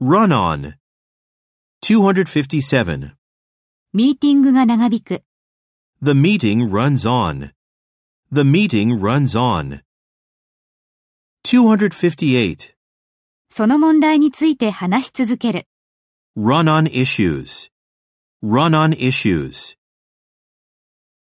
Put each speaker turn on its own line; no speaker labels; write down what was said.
Run on. 257.
ミーティングが長引く。
The meeting runs on. The meeting runs on. 258.
その問題について話し続ける。
Run on issues. Run on issues.